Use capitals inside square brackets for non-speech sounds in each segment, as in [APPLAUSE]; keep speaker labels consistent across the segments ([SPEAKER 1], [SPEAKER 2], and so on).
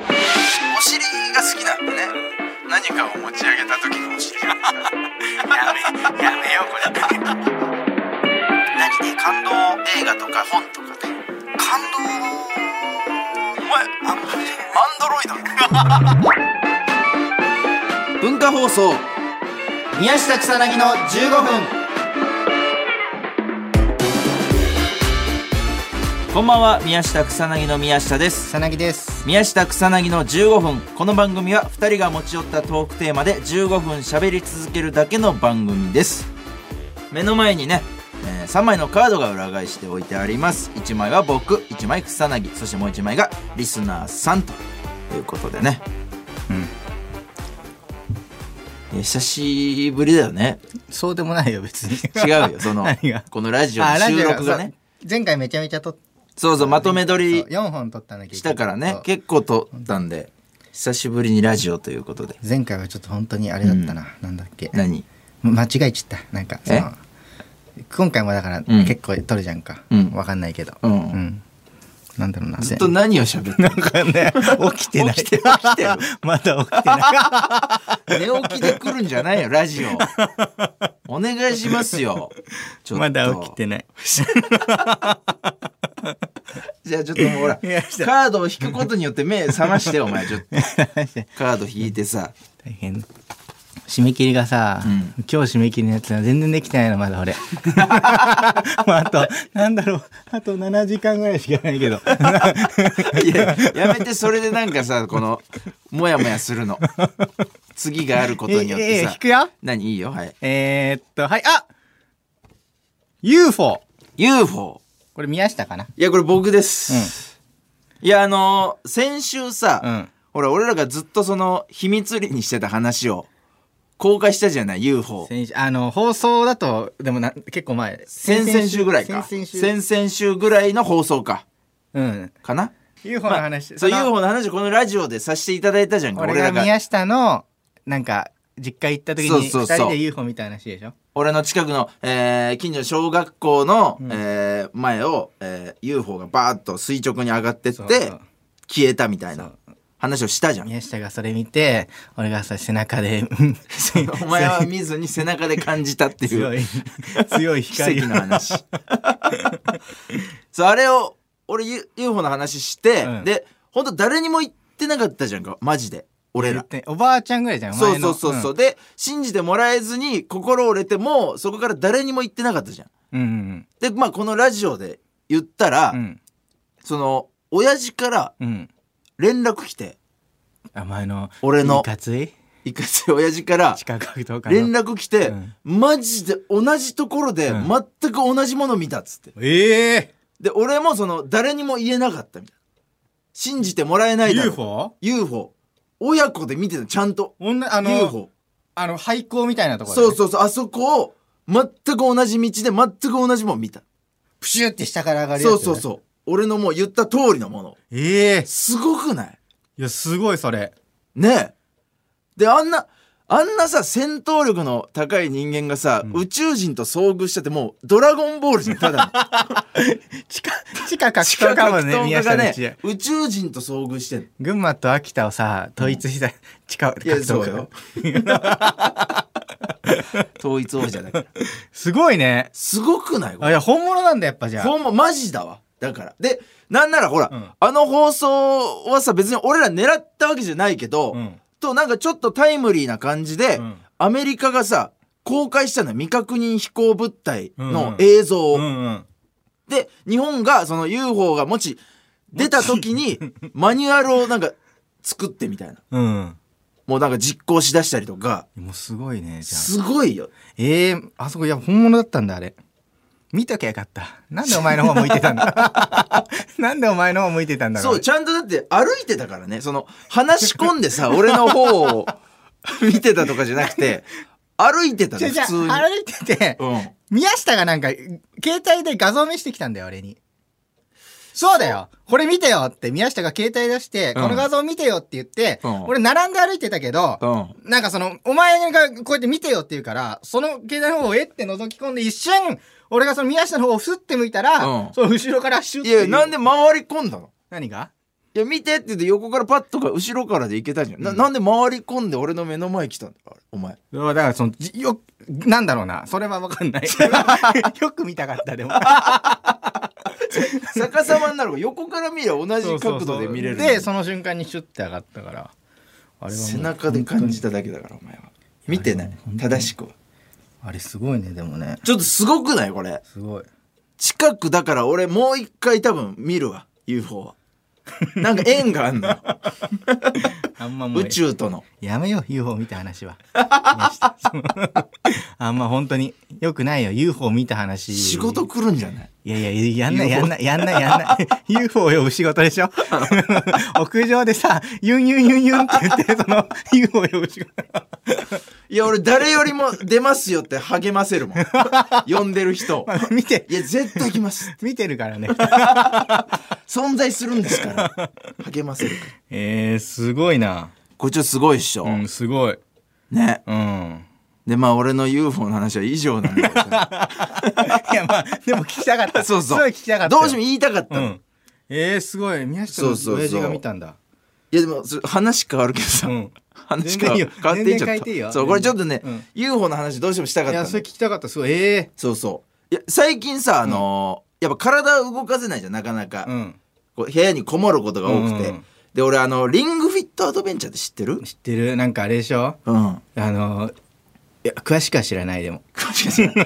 [SPEAKER 1] [LAUGHS] やめようこれ何で感動映画とか本とかね感動お前アンドロイド文化放送宮下草薙の15分
[SPEAKER 2] こんばんは、宮下草薙の宮下です。
[SPEAKER 1] 草薙です
[SPEAKER 2] 宮下草薙の15分。この番組は2人が持ち寄ったトークテーマで15分喋り続けるだけの番組です。目の前にね、え3枚のカードが裏返しておいてあります。1枚は僕、1枚草薙、そしてもう1枚がリスナーさんということでね。うん。久しぶりだよね。
[SPEAKER 1] そうでもないよ別に
[SPEAKER 2] 違うよ、 [LAUGHS] その
[SPEAKER 1] [LAUGHS] 何が、
[SPEAKER 2] このラジオの収録がね。
[SPEAKER 1] 前回めちゃめちゃ撮っ
[SPEAKER 2] そうそう、まとめ撮り
[SPEAKER 1] 4本撮ったんだけど
[SPEAKER 2] したからね結構撮ったんで久しぶりにラジオということで
[SPEAKER 1] 前回はちょっと本当にあれだったな、なんだっけ
[SPEAKER 2] 何
[SPEAKER 1] 間違えちゃったなんかそ
[SPEAKER 2] え
[SPEAKER 1] の今回もだから
[SPEAKER 2] うん
[SPEAKER 1] 結構撮るじゃんか、
[SPEAKER 2] うん
[SPEAKER 1] わかんないけど、
[SPEAKER 2] うん
[SPEAKER 1] なんだろうな
[SPEAKER 2] ずっと何を喋って
[SPEAKER 1] なんかね起きてない
[SPEAKER 2] 起きて起きてる
[SPEAKER 1] まだ起きてない
[SPEAKER 2] 寝起きで来るんじゃないよラジオお願いしますよちょっと
[SPEAKER 1] まだ起きて [LAUGHS] ない
[SPEAKER 2] じゃあちょっともうほらカ
[SPEAKER 1] いやした
[SPEAKER 2] ードを引くことによって目覚ましてお前ちょっとカード引いてさ
[SPEAKER 1] 大変締め切りがさ、
[SPEAKER 2] ん
[SPEAKER 1] 今日締め切りのやつは全然できてないのま
[SPEAKER 2] [LAUGHS]
[SPEAKER 1] だ俺まああとなんだろうあと7時間ぐらいしかないけど
[SPEAKER 2] いややめてそれでなんかさこのモヤモヤするの次があることによっ
[SPEAKER 1] ええ
[SPEAKER 2] て
[SPEAKER 1] え
[SPEAKER 2] さ
[SPEAKER 1] 引くよ
[SPEAKER 2] 何いいよはい
[SPEAKER 1] えー、っとはいあ UFO
[SPEAKER 2] UFO
[SPEAKER 1] これ宮下かない
[SPEAKER 2] や、これ僕です。いや、あのー先週さ、
[SPEAKER 1] うん
[SPEAKER 2] ほら、俺らがずっとその、秘密裏にしてた話を、公開したじゃない ?UFO。
[SPEAKER 1] 先週あの放送だとでもな結構前
[SPEAKER 2] 先々週ぐらいか。
[SPEAKER 1] 先々週
[SPEAKER 2] 先々週ぐらいの放送か。
[SPEAKER 1] うん
[SPEAKER 2] かな
[SPEAKER 1] UFO の話、
[SPEAKER 2] そう、
[SPEAKER 1] その
[SPEAKER 2] UFO の話、このラジオでさせていただいたじゃんか。
[SPEAKER 1] 俺
[SPEAKER 2] 俺ら
[SPEAKER 1] が
[SPEAKER 2] が、
[SPEAKER 1] 宮下のなんか実家行った時
[SPEAKER 2] そう
[SPEAKER 1] に
[SPEAKER 2] そ
[SPEAKER 1] 二
[SPEAKER 2] うそう
[SPEAKER 1] 人で UFO 見た話でしょ
[SPEAKER 2] 俺の近くの、えー近所の小学校の、
[SPEAKER 1] うん
[SPEAKER 2] えー前を、えー UFO がバーッと垂直に上がってって、
[SPEAKER 1] そうそう
[SPEAKER 2] 消えたみたい
[SPEAKER 1] そ
[SPEAKER 2] な
[SPEAKER 1] う
[SPEAKER 2] 話をしたじゃん。
[SPEAKER 1] 宮下がそれ見て俺がさ背中で
[SPEAKER 2] [LAUGHS] お前は見ずに背中で感じたっていう
[SPEAKER 1] 強。い強い
[SPEAKER 2] 奇
[SPEAKER 1] 光
[SPEAKER 2] 跡の話そうあれを俺 U- UFO の話して、
[SPEAKER 1] うん
[SPEAKER 2] で本当誰にも言ってなかったじゃんかマジで俺
[SPEAKER 1] 言
[SPEAKER 2] ら
[SPEAKER 1] っておばあちゃんぐらいじゃん
[SPEAKER 2] そうそうそうそう、
[SPEAKER 1] う
[SPEAKER 2] で信じてもらえずに心折れてもそこから誰にも言ってなかったじゃん
[SPEAKER 1] うん
[SPEAKER 2] でまあこのラジオで言ったら、
[SPEAKER 1] うんうん
[SPEAKER 2] その親父から
[SPEAKER 1] うん
[SPEAKER 2] 連絡来て
[SPEAKER 1] あ前の
[SPEAKER 2] 俺の
[SPEAKER 1] いかつい
[SPEAKER 2] いかつい親父から
[SPEAKER 1] 地下格闘家の
[SPEAKER 2] 連絡来て、
[SPEAKER 1] うん
[SPEAKER 2] マジで同じところで
[SPEAKER 1] うん
[SPEAKER 2] 全く同じもの見たっつって、
[SPEAKER 1] ええ
[SPEAKER 2] で俺もその誰にも言えなかったみたいな信じてもらえないだろう
[SPEAKER 1] UFO?
[SPEAKER 2] UFO 親子で見てたのちゃんと
[SPEAKER 1] 女あの
[SPEAKER 2] UFO
[SPEAKER 1] あの廃校みたいなところでね
[SPEAKER 2] そうそうそうあそこを全く同じ道で全く同じもん見た
[SPEAKER 1] プシュって下から上がるやつ
[SPEAKER 2] そうそうそう俺のもう言った通りのもの
[SPEAKER 1] ええ
[SPEAKER 2] すごくない
[SPEAKER 1] いやすごいそれ
[SPEAKER 2] ねえであんなあんなさ戦闘力の高い人間がさ、宇宙人と遭遇したってもうドラゴンボールじゃんた
[SPEAKER 1] [LAUGHS]
[SPEAKER 2] だの
[SPEAKER 1] 地下地下格
[SPEAKER 2] 地下
[SPEAKER 1] 闘
[SPEAKER 2] 格
[SPEAKER 1] 家もね
[SPEAKER 2] 闘家
[SPEAKER 1] 宮
[SPEAKER 2] が
[SPEAKER 1] 下の
[SPEAKER 2] ね
[SPEAKER 1] うち
[SPEAKER 2] 宇宙人と遭遇してんの
[SPEAKER 1] 群馬と秋田をさ統一した、地下格
[SPEAKER 2] いやそう
[SPEAKER 1] 闘 [LAUGHS]
[SPEAKER 2] よ
[SPEAKER 1] 家
[SPEAKER 2] 統一王者だから
[SPEAKER 1] すごいね
[SPEAKER 2] すごくないこ
[SPEAKER 1] あ
[SPEAKER 2] れ
[SPEAKER 1] いや本物なんだやっぱじゃあ
[SPEAKER 2] ほんまマジだわだからでなんならほら、
[SPEAKER 1] うん
[SPEAKER 2] あの放送はさ別に俺ら狙ったわけじゃないけど、
[SPEAKER 1] うん
[SPEAKER 2] となんかちょっとタイムリーな感じで、
[SPEAKER 1] うん
[SPEAKER 2] アメリカがさ公開したのは未確認飛行物体の
[SPEAKER 1] うん
[SPEAKER 2] 映像を、
[SPEAKER 1] うんうん
[SPEAKER 2] で日本がその UFO がもし出た時
[SPEAKER 1] [LAUGHS]
[SPEAKER 2] にマニュアルをなんか作ってみたいな
[SPEAKER 1] うん
[SPEAKER 2] もうなんか実行しだしたりとか
[SPEAKER 1] もうすごいねじゃあ
[SPEAKER 2] すごいよ
[SPEAKER 1] ええあそこいや本物だったんだあれ見ときゃよかったなんでお前の方向いてたんだ
[SPEAKER 2] [LAUGHS]
[SPEAKER 1] なんでお前の方向いてたんだろ
[SPEAKER 2] そう、ちゃんとだって歩いてたからね、その、話し込んで
[SPEAKER 1] [LAUGHS]
[SPEAKER 2] さ、俺の方を見てたとかじゃなくて、歩いてた
[SPEAKER 1] じ
[SPEAKER 2] の、
[SPEAKER 1] ゃ
[SPEAKER 2] 普通に。
[SPEAKER 1] 歩いてて
[SPEAKER 2] うん。
[SPEAKER 1] 宮下がなんか、携帯で画像見してきたんだよ、俺に。そうだよこれ見てよって、宮下が携帯出して、
[SPEAKER 2] うん
[SPEAKER 1] この画像見てよって言って、
[SPEAKER 2] うん
[SPEAKER 1] 俺並んで歩いてたけど、
[SPEAKER 2] うん。
[SPEAKER 1] なんかその、お前がこうやって見てよって言うから、その携帯の方をえって覗き込んで一瞬、俺がその宮下の方をふって向いたら、
[SPEAKER 2] うん
[SPEAKER 1] その後ろからシュッ
[SPEAKER 2] い
[SPEAKER 1] ていう。
[SPEAKER 2] や、なんで回り込んだの
[SPEAKER 1] 何が
[SPEAKER 2] いや見てって言って横からパッとか後ろからで行けたじゃん、ななんで回り込んで俺の目の前来たんだあれお前
[SPEAKER 1] だからそのじよなんだろうなそれは分かんない [LAUGHS] よく見たかったでも
[SPEAKER 2] 逆さまになるから横から見りゃ同じ角度で見れる
[SPEAKER 1] [LAUGHS] そうそうそうでその瞬間にシュッて上がったからあれはもう
[SPEAKER 2] 背中で感じただけだからお前は見てない正しくは
[SPEAKER 1] あれすごいねでもね
[SPEAKER 2] ちょっとすごくないこれ
[SPEAKER 1] すごい
[SPEAKER 2] 近くだから俺もう一回多分見るわ UFO はなんか縁があんのよ
[SPEAKER 1] [LAUGHS] あんまもう
[SPEAKER 2] 宇宙との
[SPEAKER 1] やめよう UFO [LAUGHS] 見た話はやしたあんま本当によくないよ UFO 見た話
[SPEAKER 2] 仕事来るんじゃない
[SPEAKER 1] いやいややんないやんないやんないやんない [LAUGHS] UFO を呼ぶ仕事でしょ [LAUGHS] 屋上でさユンユンユンユンって言ってその UFO を呼ぶ仕事 [LAUGHS]
[SPEAKER 2] いや俺誰よりも出ますよって励ませ
[SPEAKER 1] [LAUGHS]
[SPEAKER 2] るもん呼んでる人を
[SPEAKER 1] まあ見て
[SPEAKER 2] いや絶対来ます
[SPEAKER 1] 見てるからね
[SPEAKER 2] 存在するんですから
[SPEAKER 1] [LAUGHS]
[SPEAKER 2] 励ませるから
[SPEAKER 1] えー、すごいな
[SPEAKER 2] これちょっとすごいっしょ、
[SPEAKER 1] うんすごい
[SPEAKER 2] ね
[SPEAKER 1] うん [LAUGHS]
[SPEAKER 2] でまあ俺の UFO の話は以上なんだけど
[SPEAKER 1] いやまあでも聞きたか [LAUGHS] った
[SPEAKER 2] そうそう。
[SPEAKER 1] すごい聞きたかった
[SPEAKER 2] ど
[SPEAKER 1] よ
[SPEAKER 2] うしても言いたかった
[SPEAKER 1] う
[SPEAKER 2] の。
[SPEAKER 1] んえー、すごい宮下の
[SPEAKER 2] そうそうそう
[SPEAKER 1] 親父が見たんだ
[SPEAKER 2] いやでも、それ話変わるけどさ。
[SPEAKER 1] うん
[SPEAKER 2] 話変わ
[SPEAKER 1] 全然いいよ
[SPEAKER 2] る。変わっていっち
[SPEAKER 1] 全然
[SPEAKER 2] ゃ
[SPEAKER 1] 変
[SPEAKER 2] っ
[SPEAKER 1] えていい
[SPEAKER 2] た。
[SPEAKER 1] よ
[SPEAKER 2] そう、これちょっとね、
[SPEAKER 1] うん
[SPEAKER 2] UFO の話どうしてもしたかっ
[SPEAKER 1] い
[SPEAKER 2] た
[SPEAKER 1] や
[SPEAKER 2] の
[SPEAKER 1] それ聞きたかったすごいえ
[SPEAKER 2] そうそう。いや、最近さ、あのーやっぱ体を動かせないじゃん、なかなか。
[SPEAKER 1] えうん
[SPEAKER 2] こう部屋にこもることが多くて。
[SPEAKER 1] うん
[SPEAKER 2] で、俺、あの、リングフィットアドベンチャーって知ってる
[SPEAKER 1] 知ってるなんかあれでしょ
[SPEAKER 2] うん。 [LAUGHS]
[SPEAKER 1] あのいや詳しくは知らないでも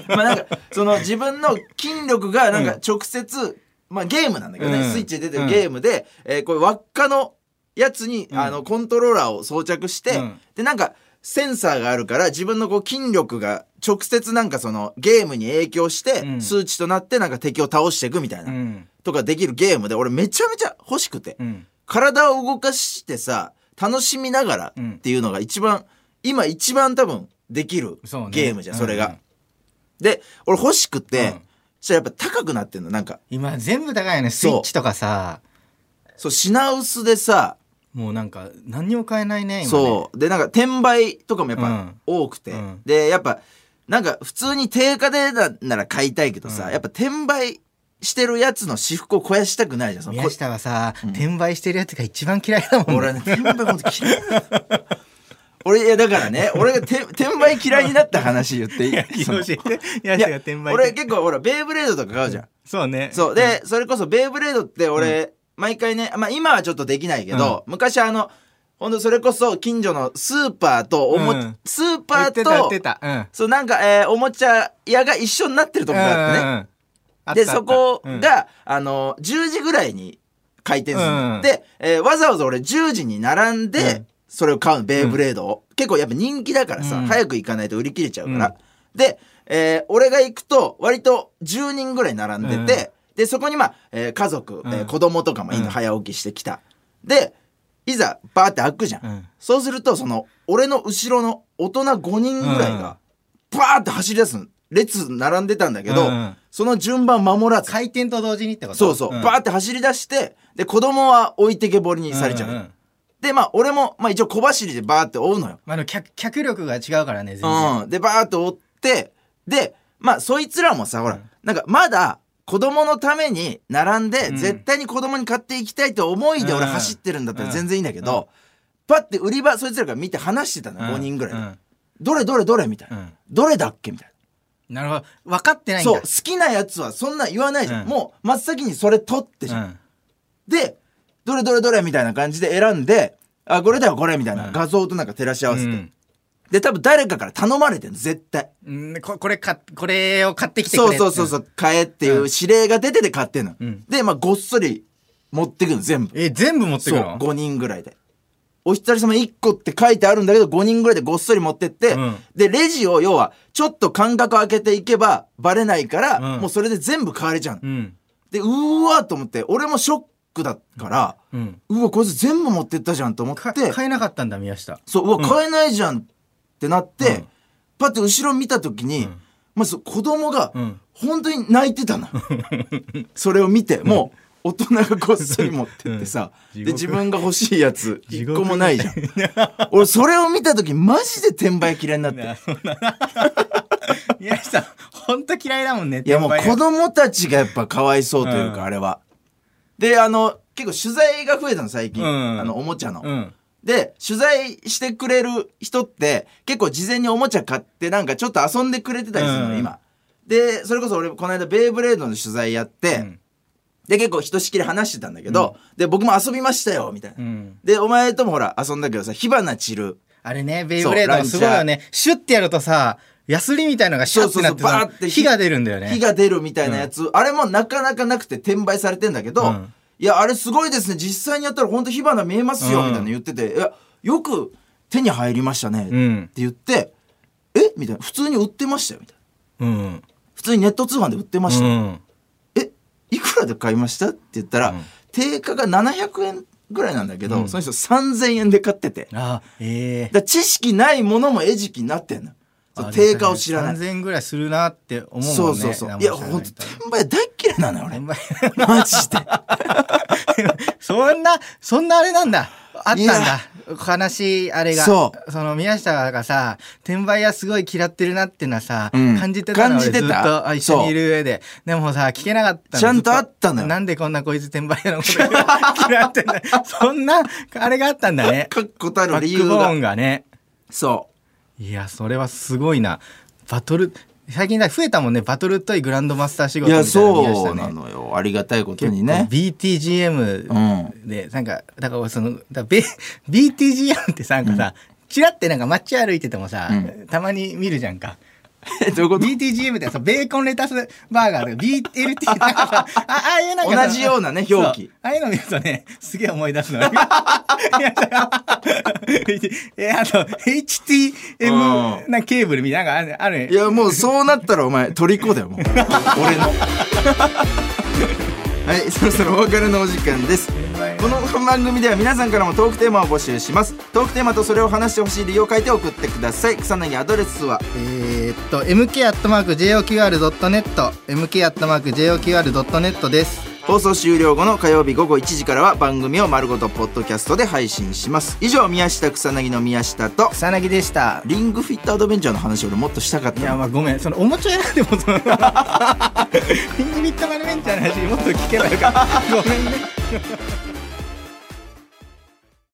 [SPEAKER 2] まあなんか、その自分の筋力がなんか直接、まあゲームなんだけどね、
[SPEAKER 1] うん
[SPEAKER 2] スイッチで出てるゲームで、えーこれ輪っかのやつに、
[SPEAKER 1] ん
[SPEAKER 2] あの、コントローラーを装着して、
[SPEAKER 1] うん
[SPEAKER 2] で、なんか、センサーがあるから自分のこう筋力が直接なんかそのゲームに影響して
[SPEAKER 1] うん
[SPEAKER 2] 数値となってなんか敵を倒していくみたいな、
[SPEAKER 1] ん
[SPEAKER 2] とかできるゲームで俺めちゃめちゃ欲しくて、
[SPEAKER 1] うん
[SPEAKER 2] 体を動かしてさ楽しみながら
[SPEAKER 1] うん
[SPEAKER 2] っていうのが一番、今一番多分できる
[SPEAKER 1] そうね
[SPEAKER 2] ゲームじゃんそ,、れ
[SPEAKER 1] うん
[SPEAKER 2] が
[SPEAKER 1] うん。
[SPEAKER 2] で俺欲しくて、
[SPEAKER 1] うん
[SPEAKER 2] そしたらやっぱ高くなってんのなんか
[SPEAKER 1] 今全部高いよねス
[SPEAKER 2] そ
[SPEAKER 1] イ
[SPEAKER 2] う
[SPEAKER 1] ッチとかさ
[SPEAKER 2] そう品薄でさ、
[SPEAKER 1] もうなんか何にも買えないね今ね
[SPEAKER 2] そうでなんか転売とかもやっ
[SPEAKER 1] う
[SPEAKER 2] ぱ
[SPEAKER 1] ん
[SPEAKER 2] 多くて、
[SPEAKER 1] うん
[SPEAKER 2] でやっぱなんか普通に定価でななら買いたいけどさ、
[SPEAKER 1] うん
[SPEAKER 2] やっぱ転売してるやつの私服を肥やしたくないじゃんその
[SPEAKER 1] 宮下はさ、転売してるやつが一番嫌いだもん、ね、
[SPEAKER 2] 俺はね転売本当嫌い [LAUGHS] 俺いやだからね俺がて転売嫌いになった話言っていい
[SPEAKER 1] いや
[SPEAKER 2] その
[SPEAKER 1] 教えて宮
[SPEAKER 2] い
[SPEAKER 1] 下が
[SPEAKER 2] や
[SPEAKER 1] 転売
[SPEAKER 2] 俺結構ほらベイブレードとか買うじゃん
[SPEAKER 1] そうね
[SPEAKER 2] そうでそれこそベイブレードって俺、毎回ね、まあ、今はちょっとできないけど、昔あのほんとそれこそ近所のスーパーとおも、
[SPEAKER 1] うん
[SPEAKER 2] スーパ
[SPEAKER 1] 言っ
[SPEAKER 2] ー
[SPEAKER 1] てた言
[SPEAKER 2] と
[SPEAKER 1] ってたうん
[SPEAKER 2] そうなんか、えーおもちゃ屋が一緒になってるとこがあってね、
[SPEAKER 1] うんうんあった
[SPEAKER 2] で
[SPEAKER 1] あった
[SPEAKER 2] そこが、
[SPEAKER 1] うん
[SPEAKER 2] あの10時ぐらいに開店するの、
[SPEAKER 1] うん
[SPEAKER 2] で、えーわざわざ俺10時に並んで、
[SPEAKER 1] うん
[SPEAKER 2] それを買うのベイブレードを、結構やっぱ人気だからさ、
[SPEAKER 1] うん
[SPEAKER 2] 早く行かないと売り切れちゃうから、で、えー俺が行くと割と10人ぐらい並んでて、でそこにまあ、えー家族、えー
[SPEAKER 1] うん
[SPEAKER 2] 子供とかもいいの
[SPEAKER 1] うん
[SPEAKER 2] 早起きしてきたでいざバーって開くじゃん、
[SPEAKER 1] うん
[SPEAKER 2] そうするとその俺の後ろの大人5人ぐらいがバーって走り出すの列並んでたんだけど、
[SPEAKER 1] うんうん
[SPEAKER 2] その順番守らず
[SPEAKER 1] 開店と同時にってこと
[SPEAKER 2] そうそう、
[SPEAKER 1] ん
[SPEAKER 2] バーって走り出してで子供は置いてけぼりにされちゃう、
[SPEAKER 1] んん
[SPEAKER 2] でまあ俺も、まあ、一応小走りでバーって追うのよ、
[SPEAKER 1] まあ、でも脚脚力が違うからね全然
[SPEAKER 2] うん、でバーって追ってでまあそいつらもさほら、なんかまだ子供のために並んで、
[SPEAKER 1] うん
[SPEAKER 2] 絶対に子供に買っていきたいと思いで俺
[SPEAKER 1] うん
[SPEAKER 2] 走ってるんだったら全然いいんだけど、パッて売り場そいつらが見て話してたの、5人ぐらい、
[SPEAKER 1] うん
[SPEAKER 2] どれどれどれみたいな、
[SPEAKER 1] うん
[SPEAKER 2] どれだっけみたいな
[SPEAKER 1] なるほど分かってないんだ
[SPEAKER 2] そう好きなやつはそんな言わないじゃん、
[SPEAKER 1] うん
[SPEAKER 2] もう真っ先にそれ取ってじゃん、
[SPEAKER 1] ん
[SPEAKER 2] でどれどれどれみたいな感じで選んであこれだよこれみたいな、
[SPEAKER 1] うん
[SPEAKER 2] 画像となんか照らし合わせて、
[SPEAKER 1] うん
[SPEAKER 2] で多分誰かから頼まれてるの絶対
[SPEAKER 1] うん、ここれかこれを買ってきてく
[SPEAKER 2] そう
[SPEAKER 1] れ、
[SPEAKER 2] そうそうそうう買えっていう指令が出てて買ってんの、
[SPEAKER 1] うん
[SPEAKER 2] でまあごっそり持ってくの全部
[SPEAKER 1] んえ全部持って
[SPEAKER 2] そ
[SPEAKER 1] く
[SPEAKER 2] う
[SPEAKER 1] の
[SPEAKER 2] 5人ぐらいでお一人様1個って書いてあるんだけど5人ぐらいでごっそり持ってって、
[SPEAKER 1] うん
[SPEAKER 2] でレジを要はちょっと間隔空けていけばバレないから、
[SPEAKER 1] うん
[SPEAKER 2] もうそれで全部買われちゃうの、
[SPEAKER 1] うん
[SPEAKER 2] でうーわーと思って俺もショックだから、
[SPEAKER 1] うん
[SPEAKER 2] うわこいつ全部持ってったじゃんと思っ
[SPEAKER 1] か
[SPEAKER 2] て
[SPEAKER 1] 買えなかったんだ宮下
[SPEAKER 2] そううわ買えないじゃんってなって、
[SPEAKER 1] うん
[SPEAKER 2] パッて後ろ見た時に、
[SPEAKER 1] ん
[SPEAKER 2] まず子供が
[SPEAKER 1] うん
[SPEAKER 2] 本当に泣いてた
[SPEAKER 1] [LAUGHS]
[SPEAKER 2] の、それを見てもう大人がこっそり持ってってさ、
[SPEAKER 1] うん
[SPEAKER 2] で自
[SPEAKER 1] 地
[SPEAKER 2] 分が欲しいやつ一
[SPEAKER 1] 地
[SPEAKER 2] 個
[SPEAKER 1] 獄
[SPEAKER 2] もないじゃん
[SPEAKER 1] [LAUGHS]
[SPEAKER 2] 俺それを見た時マジで転売嫌いになって
[SPEAKER 1] なそんな宮下本当嫌いだもんね
[SPEAKER 2] いやもう
[SPEAKER 1] 転売
[SPEAKER 2] 子供たちがやっぱかわいそうというか、
[SPEAKER 1] うん
[SPEAKER 2] あれは。で、あの、結構取材が増えたの最近、
[SPEAKER 1] うん
[SPEAKER 2] あのおもちゃの、
[SPEAKER 1] うん。
[SPEAKER 2] で取材してくれる人って結構事前におもちゃ買ってなんかちょっと遊んでくれてたりするの、
[SPEAKER 1] うん
[SPEAKER 2] 今でそれこそ俺この間ベイブレードの取材やって、
[SPEAKER 1] うん
[SPEAKER 2] で結構ひとしきり話してたんだけど、で僕も遊びましたよみたいな、
[SPEAKER 1] うん。
[SPEAKER 2] でお前ともほら遊んだけどさ火花散る
[SPEAKER 1] あれね、ベイブレードのすごいよね。シュッてやるとさ、ヤスリみたいのがシュッてなって
[SPEAKER 2] そうそうそう
[SPEAKER 1] さ
[SPEAKER 2] バーって
[SPEAKER 1] 火が出るんだよね。
[SPEAKER 2] 火が出るみたいなやつ、あれもなかなかなくて転売されてんだけど、
[SPEAKER 1] うん
[SPEAKER 2] いやあれすごいですね実際にやったら本当火花見えますよ
[SPEAKER 1] うん
[SPEAKER 2] みたいなの言ってて、いやよく手に入りましたねって
[SPEAKER 1] うん。
[SPEAKER 2] 言って、えみたいな普通に売ってましたよみたいな
[SPEAKER 1] うん。
[SPEAKER 2] 普通にネット通販で売ってま
[SPEAKER 1] う
[SPEAKER 2] した、
[SPEAKER 1] ん。
[SPEAKER 2] えいくらで買いましたって言ったら、
[SPEAKER 1] うん
[SPEAKER 2] 定価が700円ぐらいなんだけど、
[SPEAKER 1] うん
[SPEAKER 2] その人3000円で買っててだか
[SPEAKER 1] あ、ええ。
[SPEAKER 2] ら知識ないものも餌食になってんのそう
[SPEAKER 1] あ
[SPEAKER 2] 定価を知らない
[SPEAKER 1] 3000円ぐらいするなって思うもんね。
[SPEAKER 2] そうそうそう。いや、ほんと、
[SPEAKER 1] と。
[SPEAKER 2] 転売大っ嫌いなのよ、
[SPEAKER 1] あ
[SPEAKER 2] 俺。
[SPEAKER 1] んまり
[SPEAKER 2] マジ
[SPEAKER 1] [LAUGHS]
[SPEAKER 2] で。
[SPEAKER 1] そんな、そんなあれなんだ。あったん
[SPEAKER 2] いや
[SPEAKER 1] だ。悲しいあれが。
[SPEAKER 2] そ
[SPEAKER 1] の宮下がさ、転売屋すごい嫌ってるなってのはさ、
[SPEAKER 2] うん
[SPEAKER 1] 感じてたの
[SPEAKER 2] 感じてた
[SPEAKER 1] 俺ずっとあ一緒にいる上で。でもさ、聞けなかったの
[SPEAKER 2] ちゃんと
[SPEAKER 1] ず
[SPEAKER 2] あったのよ
[SPEAKER 1] なんでこんなこいつ転売屋のこと
[SPEAKER 2] [LAUGHS]
[SPEAKER 1] が嫌ってんだ。そんな、あれがあったんだね。
[SPEAKER 2] 確固た
[SPEAKER 1] バ
[SPEAKER 2] る理
[SPEAKER 1] ック
[SPEAKER 2] 由
[SPEAKER 1] ボーン
[SPEAKER 2] が。
[SPEAKER 1] がね。
[SPEAKER 2] そ
[SPEAKER 1] いや、それはすごいな。バトル、最近だ増えたもんね、バトルっぽいグランドマスター仕
[SPEAKER 2] う。
[SPEAKER 1] 事
[SPEAKER 2] い
[SPEAKER 1] みたい
[SPEAKER 2] や、
[SPEAKER 1] なの見まし
[SPEAKER 2] そ
[SPEAKER 1] た
[SPEAKER 2] う
[SPEAKER 1] ね
[SPEAKER 2] なのよ。ありがたいこと
[SPEAKER 1] 結構
[SPEAKER 2] にね。う
[SPEAKER 1] BTGM [LAUGHS]
[SPEAKER 2] ん。
[SPEAKER 1] で、なんか、だからその、だ B- BTGM ってさ、なんかさ、チラってなんか街歩いててもさ、
[SPEAKER 2] うん
[SPEAKER 1] たまに見るじゃんか。
[SPEAKER 2] え、どういうこと
[SPEAKER 1] BTGM ってさ、ベーコンレタスバーガーで BLT なんかさ、あ、ああいうなんかさ
[SPEAKER 2] 同じようなね表記
[SPEAKER 1] そうああいうの見るとね、すげえ思い出 [LAUGHS] すの。いや [LAUGHS] え、あと、HTM
[SPEAKER 2] うん
[SPEAKER 1] なんかケーブルみたいな、なんかある、ある
[SPEAKER 2] いや、もうそうなったらお前、虜だよ、もう。俺の。はい、そろそろお別れのお時間です。この番組では皆さんからもトークテーマを募集します。トークテーマとそれを話してほしい理由を書いて送ってください。草薙アドレスは
[SPEAKER 1] えーっと mk.joqr.net mk.joqr.net です
[SPEAKER 2] 放送終了後の火曜日午後1時からは番組を丸ごとポッドキャストで配信します以上宮下草薙の宮下と
[SPEAKER 1] 草薙でした
[SPEAKER 2] リングフィットアドベンチャーの話俺もっとしたかっ
[SPEAKER 1] いや
[SPEAKER 2] たな
[SPEAKER 1] まあごめんそのおもちゃ屋でもその [LAUGHS] ピングビットマルメンチャーの話もっと聞けばよかったごめんね